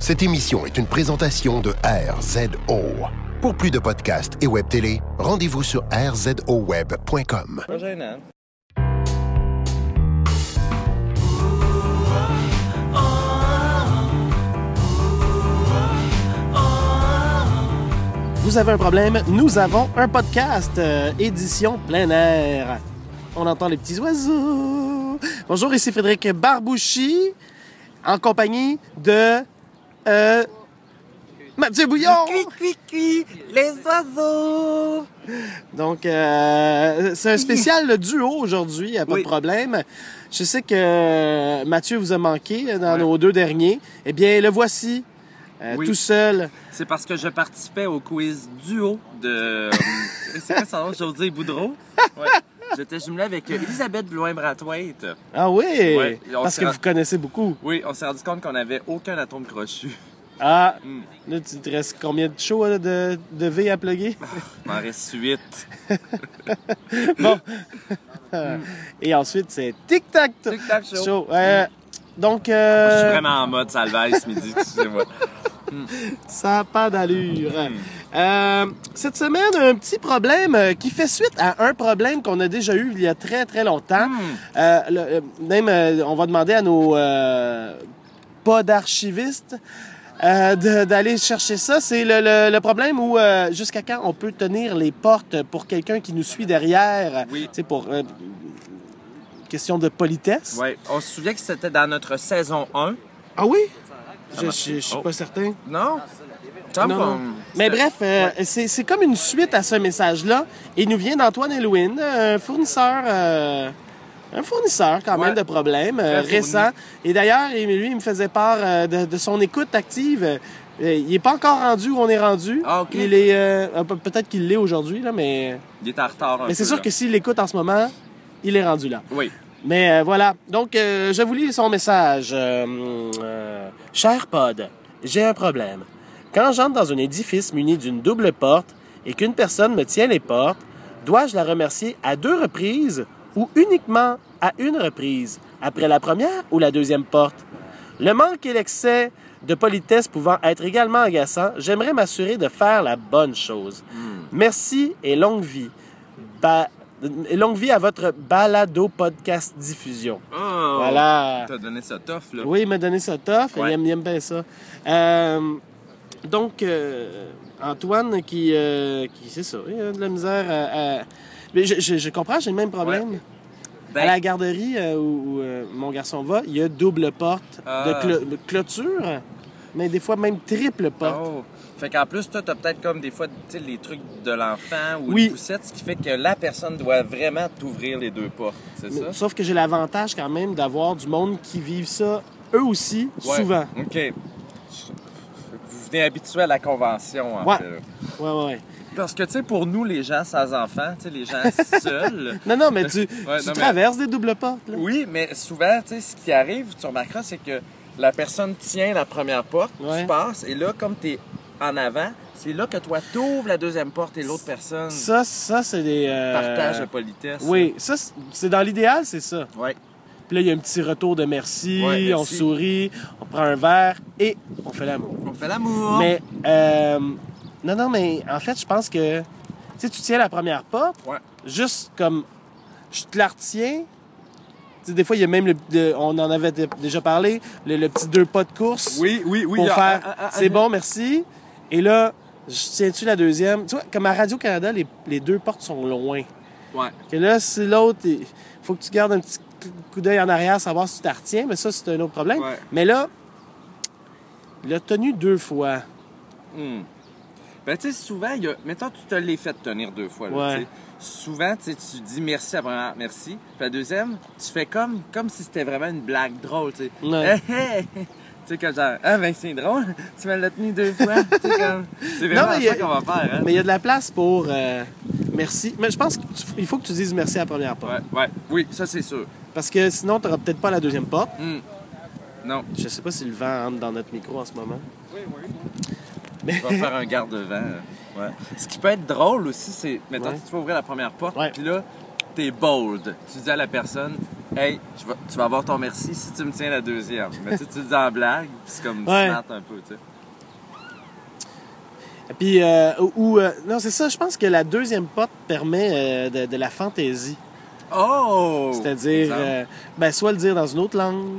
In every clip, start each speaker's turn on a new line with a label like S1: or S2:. S1: Cette émission est une présentation de RZO. Pour plus de podcasts et web télé, rendez-vous sur rzoweb.com.
S2: Pas gênant.
S3: Vous avez un problème, nous avons un podcast, euh, édition plein air. On entend les petits oiseaux. Bonjour, ici Frédéric Barbouchi, en compagnie de euh, Mathieu Bouillon.
S4: Cui, cui, cui, les oiseaux.
S3: Donc, euh, c'est un spécial duo aujourd'hui, y a pas
S4: Oui.
S3: de problème. Je sais que euh, Mathieu vous a manqué euh, dans nos deux derniers. Eh bien, le voici, euh,
S4: Oui.
S3: tout seul.
S4: C'est parce que je participais au quiz duo de. euh, C'est quoi son nom? José Boudreau? Ouais. J'étais jumelé avec Elisabeth Blouin-Brathwaite.
S3: Ah oui,
S4: Ouais, on
S3: parce
S4: s'est
S3: que
S4: ra-
S3: vous connaissez beaucoup.
S4: Oui, on s'est rendu compte qu'on n'avait aucun atome crochu.
S3: Ah,
S4: Mm.
S3: là, tu te restes combien de shows là, de, de V à plugger?
S4: Il m'en reste huit.
S3: Et ensuite, c'est Tic Tac Toe.
S4: Tic-tac show.
S3: Euh, Donc,
S4: Je suis
S3: euh,
S4: vraiment en mode salvaille ce midi, excusez-moi.
S3: ça n'a pas d'allure. Euh, cette semaine, un petit problème euh, qui fait suite à un problème qu'on a déjà eu il y a très, très longtemps.
S4: Hmm.
S3: Euh, le- euh, même, euh, on va demander à nos euh, pas d'archivistes euh, de- d'aller chercher ça. C'est le, le- le problème où euh, jusqu'à quand on peut tenir les portes pour quelqu'un qui nous suit derrière.
S4: Oui.
S3: Tu sais, pour... euh, question de politesse.
S4: Ouais, on se souvient que c'était dans notre saison 1.
S3: Ah oui? Je ne
S4: marche.
S3: suis
S4: Oh.
S3: pas certain.
S4: Non? Tom,
S3: Non, non.
S4: on-
S3: Mais
S4: c'était-
S3: bref, euh, c'est c'est comme une suite à ce message-là. Il nous vient d'Antoine Elwin, un fournisseur, euh, un fournisseur quand même
S4: Ouais.
S3: de problèmes euh,
S4: Très fourni.
S3: récents. Et d'ailleurs, il- lui, il me faisait part euh, de, de son écoute active. Euh, Il n'est pas encore rendu où on est rendu.
S4: Ah, ok. Ah,
S3: Il est euh, pe- peut-être qu'il l'est aujourd'hui là, mais
S4: Il est en retard un
S3: mais c'est
S4: peu,
S3: sûr
S4: là.
S3: que s'il l'écoute en ce moment, il est rendu là.
S4: Oui.
S3: Mais euh, voilà, donc euh, je vous lis son message. Euh, euh, Cher Pod, j'ai un problème. Quand j'entre dans un édifice muni d'une double porte et qu'une personne me tient les portes, dois-je la remercier à deux reprises ou uniquement à une reprise, après la première ou la deuxième porte? Le manque et l'excès de politesse pouvant être également agaçant, j'aimerais m'assurer de faire la bonne chose. Merci et longue vie. Ba- Longue vie à votre balado podcast diffusion.
S4: Oh,
S3: Voilà.
S4: T'as donné ça tough, là.
S3: Oui, il m'a donné ça tough.
S4: Ouais.
S3: Il, aime, il aime bien ça. Euh, donc, euh, Antoine, qui, euh, qui c'est ça, il a de la misère à. à- Mais je, je- je comprends, j'ai le même problème.
S4: Ben,
S3: À la garderie euh, où, où, euh, mon garçon va, il y a double porte
S4: Ah.
S3: de, clo- de clôture, mais des fois même triple porte.
S4: Oh. Fait qu'en plus, toi, t'as peut-être comme des fois, tu sais, les trucs de l'enfant ou
S3: Oui.
S4: les poussettes, ce qui fait que la personne doit vraiment t'ouvrir les deux portes, c'est
S3: Mais-
S4: Ah, ça?
S3: sauf que j'ai l'avantage quand même d'avoir du monde qui vivent ça, eux aussi,
S4: Ouais.
S3: souvent.
S4: OK. Vous venez habitué à la convention, en
S3: Ouais.
S4: fait. là.
S3: Ouais, ouais, ouais.
S4: Parce que, tu sais, pour nous, les gens sans enfants, tu sais, les gens seuls...
S3: Non, non, mais tu, tu
S4: non, mais-
S3: traverses des doubles portes. Là.
S4: Oui, mais souvent, tu sais, ce qui arrive, tu remarqueras, c'est que la personne tient la première porte,
S3: Ouais.
S4: tu passes, et là, comme t'es en avant, c'est là que toi, t'ouvres la deuxième porte et l'autre personne
S3: Ça, ça c'est des. euh,
S4: partage la politesse.
S3: Oui, ça, c'est- c'est dans l'idéal, c'est ça.
S4: Ouais.
S3: Puis là, il y a un petit retour de merci,
S4: Ouais, merci.
S3: on sourit, on prend un verre et on fait l'amour.
S4: On fait l'amour.
S3: Mais, euh, non, non, mais en fait, je pense que, tu sais, tu tiens la première porte,
S4: Ouais.
S3: juste comme, je te la retiens. Tu sais, des fois, il y a même, le, le- on en avait dé- déjà parlé, le, le petit deux pas de course
S4: Oui, oui, oui.
S3: pour
S4: ah,
S3: faire,
S4: ah, ah,
S3: c'est
S4: ah,
S3: bon, merci. Et là, je tiens-tu la deuxième? Tu vois, comme à Radio-Canada, les, les deux portes sont loin.
S4: Ouais.
S3: Que là, si l'autre, il faut que tu gardes un petit coup d'œil en arrière, savoir si tu t'en retiens, mais ça, c'est un autre problème.
S4: Ouais.
S3: Mais là, il a tenu deux fois.
S4: Hmm. Ben, tu sais, souvent, il y a... mettons, tu te l'es fait tenir deux fois. là,
S3: Ouais.
S4: tu sais. Souvent, tu sais, tu dis merci à la première, merci. Puis la deuxième, tu fais comme, comme si c'était vraiment une blague drôle. Tu sais,
S3: Ouais.
S4: Hey, hey! Tu sais, comme genre, ah ben c'est drôle, tu m'as le tenu deux fois. Tu sais, comme, c'est vraiment
S3: Non, mais il y
S4: ça
S3: a-
S4: qu'on va faire. Hein?
S3: Mais il y a de la place pour euh, merci. Mais je pense qu'il faut que tu dises merci à la première porte.
S4: Ouais, ouais, oui, ça c'est sûr.
S3: Parce que sinon, tu n'auras peut-être pas la deuxième porte.
S4: Hmm. Non,
S3: Je sais pas si le vent entre dans notre micro en ce moment.
S4: tu vas faire un garde-vent. euh, Ouais. Ce qui peut être drôle aussi, c'est, mettons,
S3: Ouais.
S4: si tu vas ouvrir la première porte,
S3: Ouais.
S4: puis là, t'es bold. Tu dis à la personne, hey, je vais- tu vas avoir ton merci si tu me tiens la deuxième. Mais tu sais, tu le dis en blague, puis c'est comme
S3: Ouais.
S4: smart un peu, tu sais.
S3: Puis, euh, ou. euh, non, c'est ça, je pense que la deuxième porte permet euh, de, de la fantaisie.
S4: Oh!
S3: C'est-à-dire,
S4: Exemple.
S3: euh, ben, soit le dire dans une autre langue,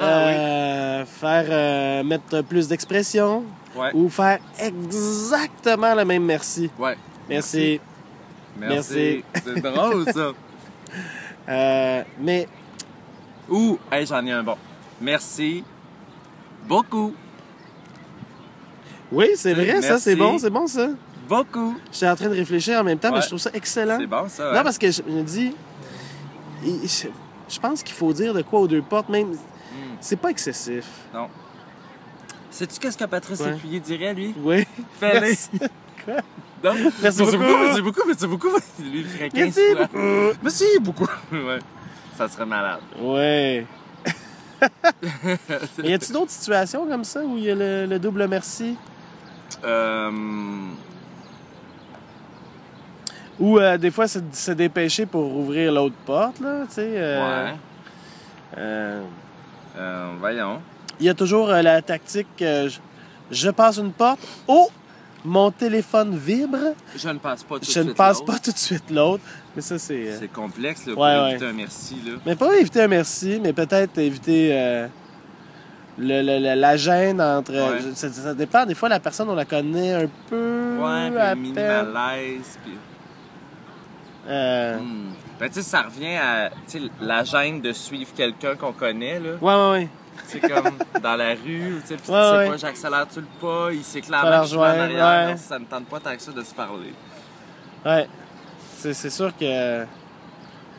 S3: euh, faire euh, mettre plus d'expression,
S4: ouais.
S3: ou faire exactement le même merci.
S4: ouais.
S3: Merci.
S4: Merci. C'est drôle, ça.
S3: Euh, mais
S4: Ou, hey, j'en ai un bon. Merci beaucoup.
S3: oui, c'est vrai, ça, c'est
S4: Merci.
S3: bon, c'est bon, ça.
S4: Beaucoup.
S3: J'étais en train de réfléchir en même temps, mais
S4: Ouais.
S3: je trouve ça excellent.
S4: C'est bon, ça.
S3: Non,
S4: hein?
S3: parce que je me dis, il- je je pense qu'il faut dire de quoi aux deux portes, même.
S4: Hmm.
S3: C'est pas excessif.
S4: Sais-tu qu'est-ce que Patrice
S3: Ouais.
S4: Écuyer dirait, lui?
S3: Oui.
S4: Fais-le.
S3: Merci.
S4: Non?
S3: Merci
S4: Merci beaucoup.
S3: beaucoup.
S4: Merci beaucoup, merci beaucoup. Lui, il ferait 15
S3: Merci
S4: fois. Merci beaucoup. ouais. Ça serait malade.
S3: Ouais. Mais y a-t-il d'autres situations comme ça où il y a le, le double merci?
S4: Euh...
S3: Ou euh, des fois, c'est de se dépêcher pour ouvrir l'autre porte, là, tu sais. euh,
S4: Ouais.
S3: euh,
S4: Euh, voyons.
S3: Il y a toujours euh, la tactique euh, je, je passe une porte, oh, mon téléphone vibre,
S4: Je ne passe pas tout de
S3: je ne
S4: suite
S3: passe
S4: l'autre.
S3: pas tout de suite l'autre. Mais ça, c'est. euh,
S4: C'est complexe, là, pour
S3: Ouais,
S4: éviter un merci, là.
S3: Mais pas éviter un merci, mais peut-être éviter euh, le, le- le- la gêne entre.
S4: Ouais.
S3: je- ça, ça dépend, des fois, la personne, on la connaît un peu.
S4: Ouais, puis
S3: à
S4: le mini
S3: peine.
S4: malaise, puis...
S3: Euh,
S4: Hmm. Ben, tu sais, ça revient à tu sais, la gêne de suivre quelqu'un qu'on connaît, là.
S3: Ouais, ouais, ouais.
S4: Tu sais, comme dans la rue, tu sais, puis tu sais
S3: Ouais, ouais.
S4: pas, j'accélère-tu le pas, il s'est
S3: Faut la
S4: clairement que je vais en
S3: rejoindre,
S4: arrière,
S3: ouais.
S4: non, ça ne tente pas tant que ça de se parler.
S3: Ouais. C'est, c'est sûr que.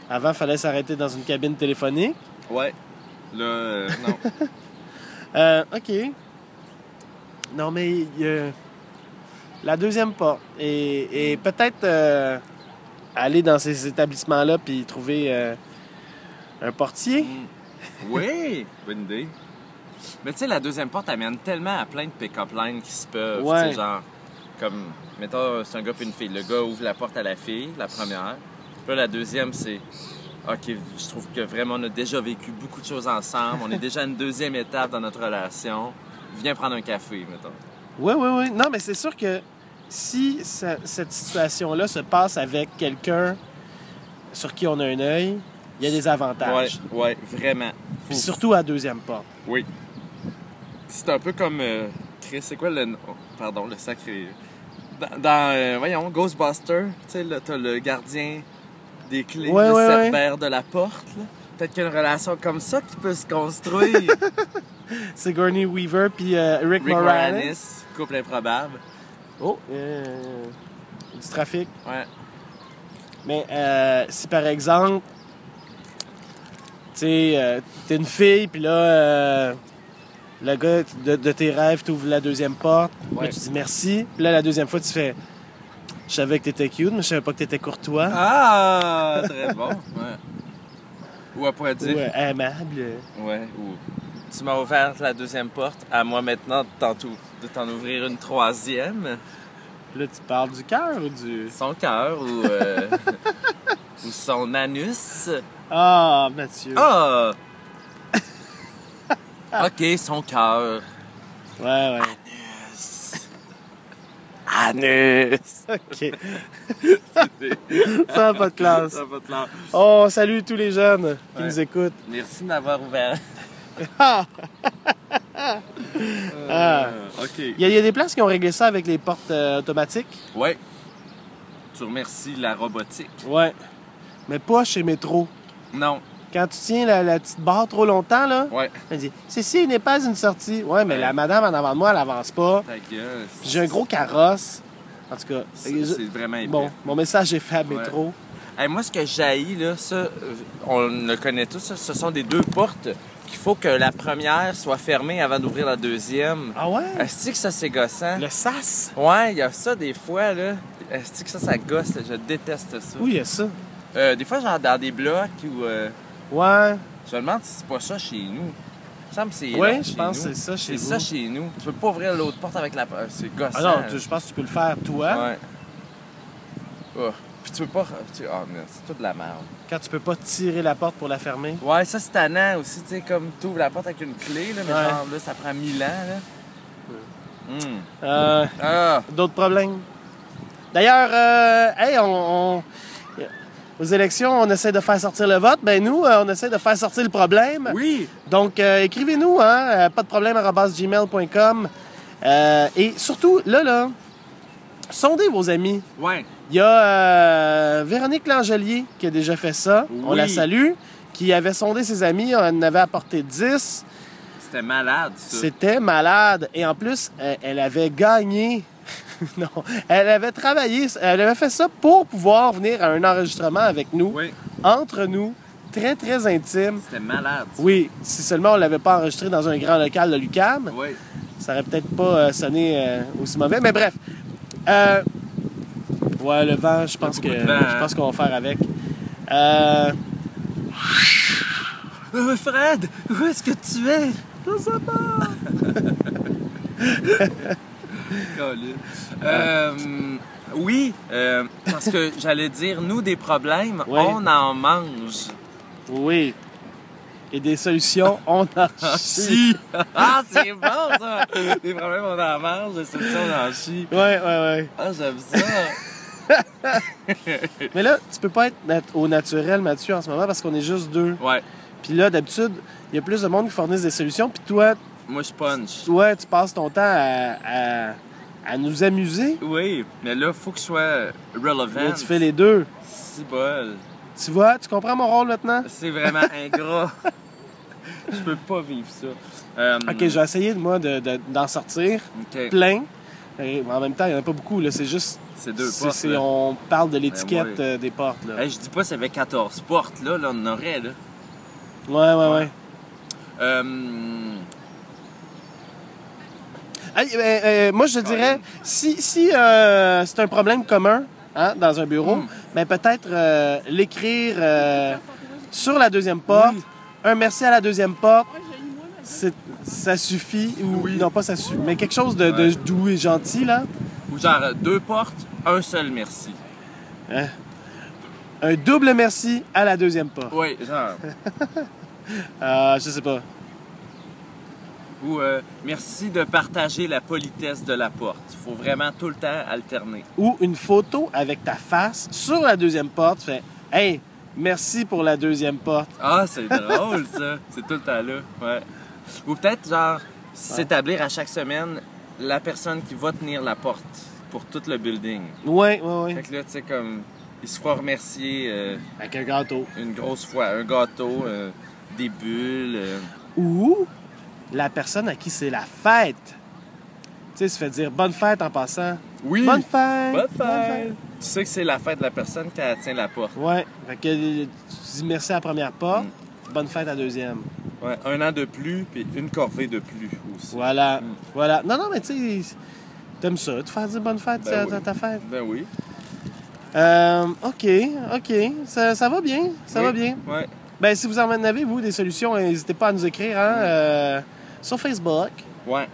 S3: Avant, fallait s'arrêter dans une cabine téléphonique.
S4: Ouais. Là, euh, non.
S3: Euh, OK. Non, mais il y a- la deuxième porte. Et, et peut-être euh, aller dans ces établissements-là puis trouver euh, un portier.
S4: oui, bonne idée. Mais tu sais, la deuxième porte amène tellement à plein de pick-up lines qui se peuvent.
S3: Ouais.
S4: Tu sais, genre, comme, mettons, c'est un gars puis une fille. Le gars ouvre la porte à la fille, la première. Puis là, la deuxième, c'est. Ok, je trouve que vraiment, on a déjà vécu beaucoup de choses ensemble. On est déjà à une deuxième étape dans notre relation. Viens prendre un café, mettons.
S3: Oui, oui, oui. Non, mais c'est sûr que si ça- cette situation-là se passe avec quelqu'un sur qui on a un œil, il y a des avantages.
S4: Ouais, ouais, vraiment.
S3: Puis surtout à la deuxième porte.
S4: Oui. C'est un peu comme. euh, Chris, c'est quoi le. nom- Pardon, le sacré. Dans. dans, euh, voyons, Ghostbuster, tu sais, là, t'as le gardien des clés,
S3: Ouais,
S4: le
S3: ouais, ouais.
S4: cerbère de la porte, là. Peut-être qu'il y a une relation comme ça qui peut se construire. Rick
S3: Sigourney Weaver puis euh, Rick, Moranis.
S4: Moranis, couple improbable.
S3: Oh, euh, du trafic.
S4: Ouais.
S3: Mais euh, si par exemple, tu sais, euh, t'es une fille, puis là, euh, le gars de, de tes rêves t'ouvre la deuxième porte, puis là,
S4: Ouais.
S3: tu dis merci, puis là, la deuxième fois, tu fais Je savais que t'étais cute, mais je savais pas que t'étais courtois
S4: Ah, très bon. Ouais. Ou elle pourrait
S3: ou
S4: dire.
S3: euh, aimable.
S4: Ouais, ou. Tu m'as ouvert la deuxième porte, à moi maintenant de t'en tou- de t'en ouvrir une troisième.
S3: Puis là, tu parles du cœur ou du.
S4: Son cœur ou, euh, ou son anus.
S3: Ah, Mathieu.
S4: Ah! ok, son cœur.
S3: Ouais,
S4: Anus!
S3: ouais. OK. Ça n'a pas de classe.
S4: Ça va te l'en-
S3: Oh, salut tous les jeunes qui
S4: Ouais.
S3: nous écoutent.
S4: Merci de m'avoir ouvert.
S3: Ah!
S4: Euh, ok.
S3: Il y, a- il y a des places qui ont réglé ça avec les portes euh, automatiques.
S4: Ouais. Tu remercies la robotique.
S3: Ouais. Mais pas chez Métro.
S4: Non.
S3: Quand tu tiens la, la petite barre trop longtemps, là,
S4: Ouais.
S3: elle dit Ceci n'est pas une sortie. Ouais, mais
S4: Ouais.
S3: la madame en avant de moi, elle avance pas.
S4: Ta gueule.
S3: Puis J'ai un gros carrosse. En tout cas,
S4: C'est c'est vraiment épais.
S3: bon, mon message est fait à Métro.
S4: Hey, moi, ce que j'haïs, là, ça, euh, on le connaît tous, ça, ce sont des deux portes qu'il faut que la première soit fermée avant d'ouvrir la deuxième.
S3: Ah ouais
S4: Est-ce que ça, c'est gossant?
S3: Le sas
S4: Ouais, il y a ça des fois, là. Est-ce que ça, ça gosse? là? Je déteste ça.
S3: Oui, il y a ça.
S4: Euh, des fois, genre dans des blocs ou... euh,
S3: Ouais.
S4: je me demande si c'est pas ça chez nous. Il me semble que c'est...
S3: Ouais,
S4: non,
S3: je
S4: chez
S3: pense
S4: nous.
S3: que c'est ça chez
S4: C'est
S3: vous.
S4: ça chez nous. Tu peux pas ouvrir l'autre porte avec la... euh, C'est gossant.
S3: Ah non, tu- je pense que tu peux le faire toi.
S4: Ouais. Oh. Puis tu peux pas. Tu, ah, mais c'est toute de la merde.
S3: Quand tu peux pas tirer la porte pour la fermer.
S4: Ouais, ça c'est tannant aussi, tu sais, comme tu ouvres la porte avec une clé, là, mais
S3: Ouais.
S4: genre, là, ça prend mille ans, là. Hmm.
S3: Euh,
S4: Ah!
S3: D'autres problèmes? D'ailleurs, euh, hey, on, on- aux élections, on essaie de faire sortir le vote. Ben nous, euh, on essaie de faire sortir le problème.
S4: Oui!
S3: Donc, euh, écrivez-nous, hein, euh, pas de problème, gmail.com. Euh, et surtout, là, là, sondez vos amis.
S4: Ouais!
S3: Il y a euh, Véronique Langelier qui a déjà fait ça. On
S4: Oui.
S3: la salue. Qui avait sondé ses amis, on en avait apporté 10.
S4: C'était malade, ça.
S3: C'était malade. Et en plus, elle, elle avait gagné. non, elle avait travaillé, elle avait fait ça pour pouvoir venir à un enregistrement avec nous,
S4: Oui,
S3: entre nous, très très intime.
S4: c'était malade. ça.
S3: Oui, si seulement on l'avait pas enregistré dans un grand local de Lucam,
S4: Oui.
S3: ça aurait peut-être pas euh, sonné euh, aussi mauvais. Mais bref, Euh, ouais, le vent, je pense que
S4: beaucoup de vent,
S3: je
S4: hein.
S3: pense qu'on va faire avec. Euh,
S4: Euh, Fred, où est-ce que tu es?
S3: je sais pas.
S4: Colin. Euh, oui, euh, parce que j'allais dire, nous, des problèmes,
S3: Oui.
S4: on en mange.
S3: Oui. Et des solutions, on en chie.
S4: Ah, c'est bon, ça! Des problèmes, on en mange, des solutions, on en chie.
S3: Ouais, ouais, ouais.
S4: Ah, j'aime ça!
S3: Mais là, tu peux pas être nat- au naturel, Mathieu, en ce moment, parce qu'on est juste deux.
S4: Ouais,
S3: Puis là, d'habitude, il y a plus de monde qui fournissent des solutions. Puis toi,
S4: moi, je punch.
S3: toi, tu passes ton temps à, à- à nous amuser.
S4: Oui, mais là, faut que je sois relevant.
S3: Là, tu fais les deux.
S4: C'est bol.
S3: Tu vois, tu comprends mon rôle maintenant?
S4: C'est vraiment ingrat. Je peux pas vivre ça. Euh,
S3: OK, j'ai essayé, moi, de- de- d'en sortir
S4: ok,
S3: plein. Et en même temps, il n'y en a pas beaucoup. là. C'est juste...
S4: C'est deux
S3: c'est-
S4: portes.
S3: c'est-
S4: là.
S3: on parle de l'étiquette
S4: Ben
S3: euh, des portes. Là.
S4: Hey, je dis pas ça fait 14 portes, là, là, on en aurait, là.
S3: Ouais, ouais, ouais.
S4: Euh,
S3: Hey, euh, euh, moi, je dirais,
S4: Colin.
S3: si, si euh, c'est un problème commun hein, dans un bureau,
S4: Mm.
S3: ben, peut-être euh, l'écrire euh, sur la deuxième porte. Un merci à la deuxième porte. C'est- Ça suffit. Ou
S4: Oui.
S3: non, pas ça suffit. Mais quelque chose de, de
S4: Ouais.
S3: doux et gentil, là.
S4: ou genre, deux portes, un seul merci.
S3: Un double merci à la deuxième porte.
S4: Oui, genre.
S3: Euh, je sais pas.
S4: ou euh, merci de partager la politesse de la porte. Faut vraiment tout le temps alterner.
S3: Ou une photo avec ta face sur la deuxième porte. Fait, hey, merci pour la deuxième porte.
S4: Ah, c'est drôle, ça. C'est tout le temps là. Ouais. Ou peut-être, genre, s'établir à chaque semaine la personne qui va tenir la porte pour tout le building.
S3: Ouais, ouais, ouais.
S4: Fait que là, tu sais, comme, il se fera remercier euh,
S3: Avec un gâteau.
S4: une grosse fois, un gâteau, euh, des bulles. euh.
S3: ou la personne à qui c'est la fête. Tu sais, se fait dire bonne fête en passant.
S4: Oui!
S3: Bonne fête!
S4: Mmh. Bonne fête! Tu sais que c'est la fête de la personne qui tient la porte.
S3: Ouais. Fait que euh, tu dis merci à la première porte,
S4: Mmh.
S3: bonne fête à la deuxième.
S4: Ouais, un an de plus, puis une corvée de plus aussi.
S3: Voilà.
S4: Mm.
S3: Voilà. Non, non, mais tu sais, t'aimes ça, te faire dire bonne fête
S4: Ben
S3: à,
S4: oui.
S3: à ta fête.
S4: Ben oui.
S3: Euh, OK, OK. Ça, ça va bien, ça
S4: Oui.
S3: va bien.
S4: Ouais.
S3: Ben, si vous en avez, vous, des solutions, n'hésitez pas à nous écrire, hein,
S4: Mmh.
S3: euh, sur Facebook.
S4: Ouais.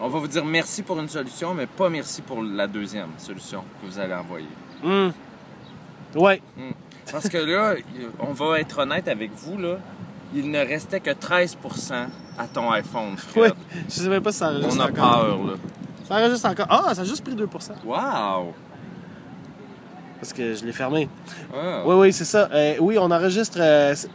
S4: On va vous dire merci pour une solution, mais pas merci pour la deuxième solution que vous allez envoyer. Hmm.
S3: Mm. Ouais.
S4: Parce que là, on va être honnête avec vous, là, il ne restait que 13 à ton iPhone, Fred.
S3: Ouais. Je sais même pas si ça enregistre
S4: On a
S3: encore.
S4: peur, là.
S3: Ça enregistre encore. Ah, ça a juste pris 2
S4: Wow!
S3: Parce que je l'ai fermé.
S4: Ah.
S3: Oui, oui, c'est ça. Euh, oui, on enregistre. euh, c'est-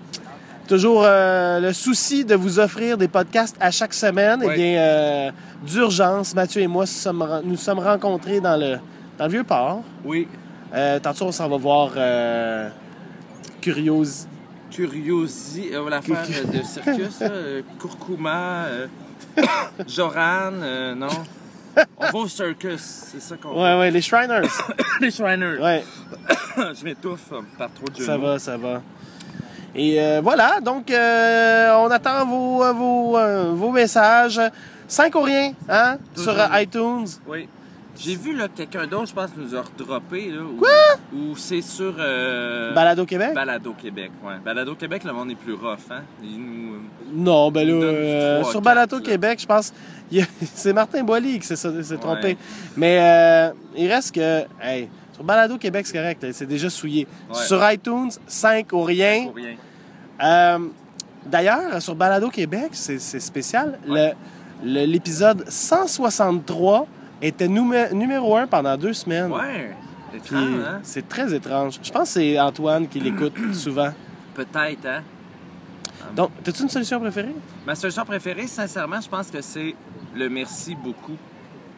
S3: toujours euh, le souci de vous offrir des podcasts à chaque semaine. Eh
S4: Oui.
S3: bien, euh, d'urgence, Mathieu et moi sommes ren- nous sommes rencontrés dans le, dans le vieux port.
S4: Oui.
S3: Euh, tantôt, on s'en va voir euh, Curios.
S4: Curiosi, euh, l'affaire euh, de circus, là, euh, Kurkuma, euh, Joran, euh, non. On va au circus, c'est ça qu'on
S3: Ouais, ouais, les Shriners.
S4: Les Shriners.
S3: ouais,
S4: Je m'étouffe euh, par trop de genoux.
S3: ça va, ça va. Et euh, voilà, donc euh, on attend vos, euh, vos, euh, vos messages. 5 ou rien, hein, sur euh,
S4: Toujours.
S3: iTunes.
S4: Oui. J'ai vu là, quelqu'un d'autre, je pense, nous a redroppé. Là, ou- Ou c'est sur euh,
S3: Balado Québec?
S4: Balado Québec. Ouais. Balado Québec, le monde est plus rough. Hein? Ils nous, euh,
S3: Non, ben là,
S4: Il donne
S3: euh,
S4: trois,
S3: sur
S4: quatre,
S3: Balato
S4: là.
S3: Québec, je pense, il y a- c'est Martin Boily qui s'est s'est trompé.
S4: Ouais.
S3: Mais euh, il reste que, hey, Sur Balado Québec, c'est correct. là, C'est déjà souillé.
S4: Ouais.
S3: Sur iTunes, 5 ou rien.
S4: Pour rien.
S3: Euh, D'ailleurs, sur Balado Québec, c'est c'est spécial.
S4: Ouais.
S3: le- le- L'épisode 163 était numé- numéro 1 pendant deux semaines.
S4: Ouais. C'est
S3: Puis
S4: étrange, hein?
S3: c'est très étrange. Je pense que c'est Antoine qui l'écoute souvent.
S4: Peut-être, hein?
S3: Donc, as-tu une solution préférée?
S4: Ma solution préférée, sincèrement, je pense que c'est le merci beaucoup.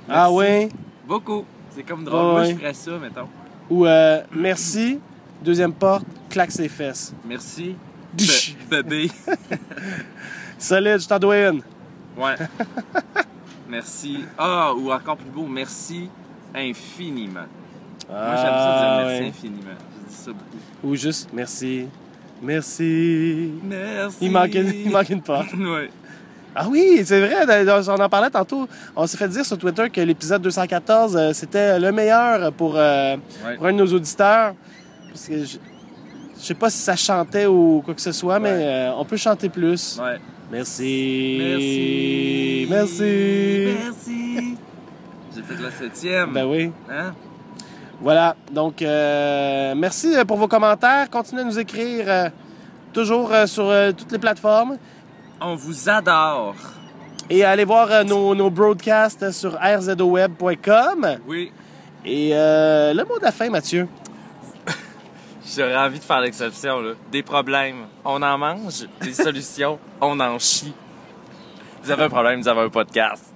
S3: Ah
S4: Merci
S3: oui?
S4: Beaucoup. C'est comme drôle.
S3: Ouais,
S4: Moi,
S3: ouais.
S4: je ferais ça, mettons.
S3: Ou euh, merci, deuxième porte, claque ses fesses.
S4: Merci.
S3: Dich.
S4: be- bébé.
S3: Solide, je t'en dois une.
S4: Ouais. merci. Ah, ou encore plus beau, merci infiniment. Moi, j'aime ça dire merci
S3: Ah, ouais.
S4: infiniment. Je dis ça beaucoup.
S3: Ou juste merci. Merci.
S4: Merci.
S3: Il manque, une, il manque une porte.
S4: ouais.
S3: Ah oui, c'est vrai, d'ailleurs, on en parlait tantôt. On s'est fait dire sur Twitter que l'épisode 214, euh, c'était le meilleur pour, euh,
S4: Ouais.
S3: pour un de nos auditeurs. Parce que je, je sais pas si ça chantait ou quoi que ce soit, mais
S4: Ouais.
S3: euh, on peut chanter plus.
S4: Ouais.
S3: Merci.
S4: Merci.
S3: Merci.
S4: Merci. J'ai fait de la septième.
S3: Ben oui.
S4: Hein?
S3: Voilà. Donc, euh, merci euh, pour vos commentaires. Continuez à nous écrire euh, toujours euh, sur euh, toutes les plateformes.
S4: On vous adore.
S3: Et allez voir euh, nos, nos broadcasts euh, sur rzoweb.com.
S4: Oui.
S3: Et euh, le mot de la fin, Mathieu.
S4: J'aurais envie de faire l'exception, là. Des problèmes, on en mange. Des solutions, on en chie. Vous avez un problème, vous avez un podcast.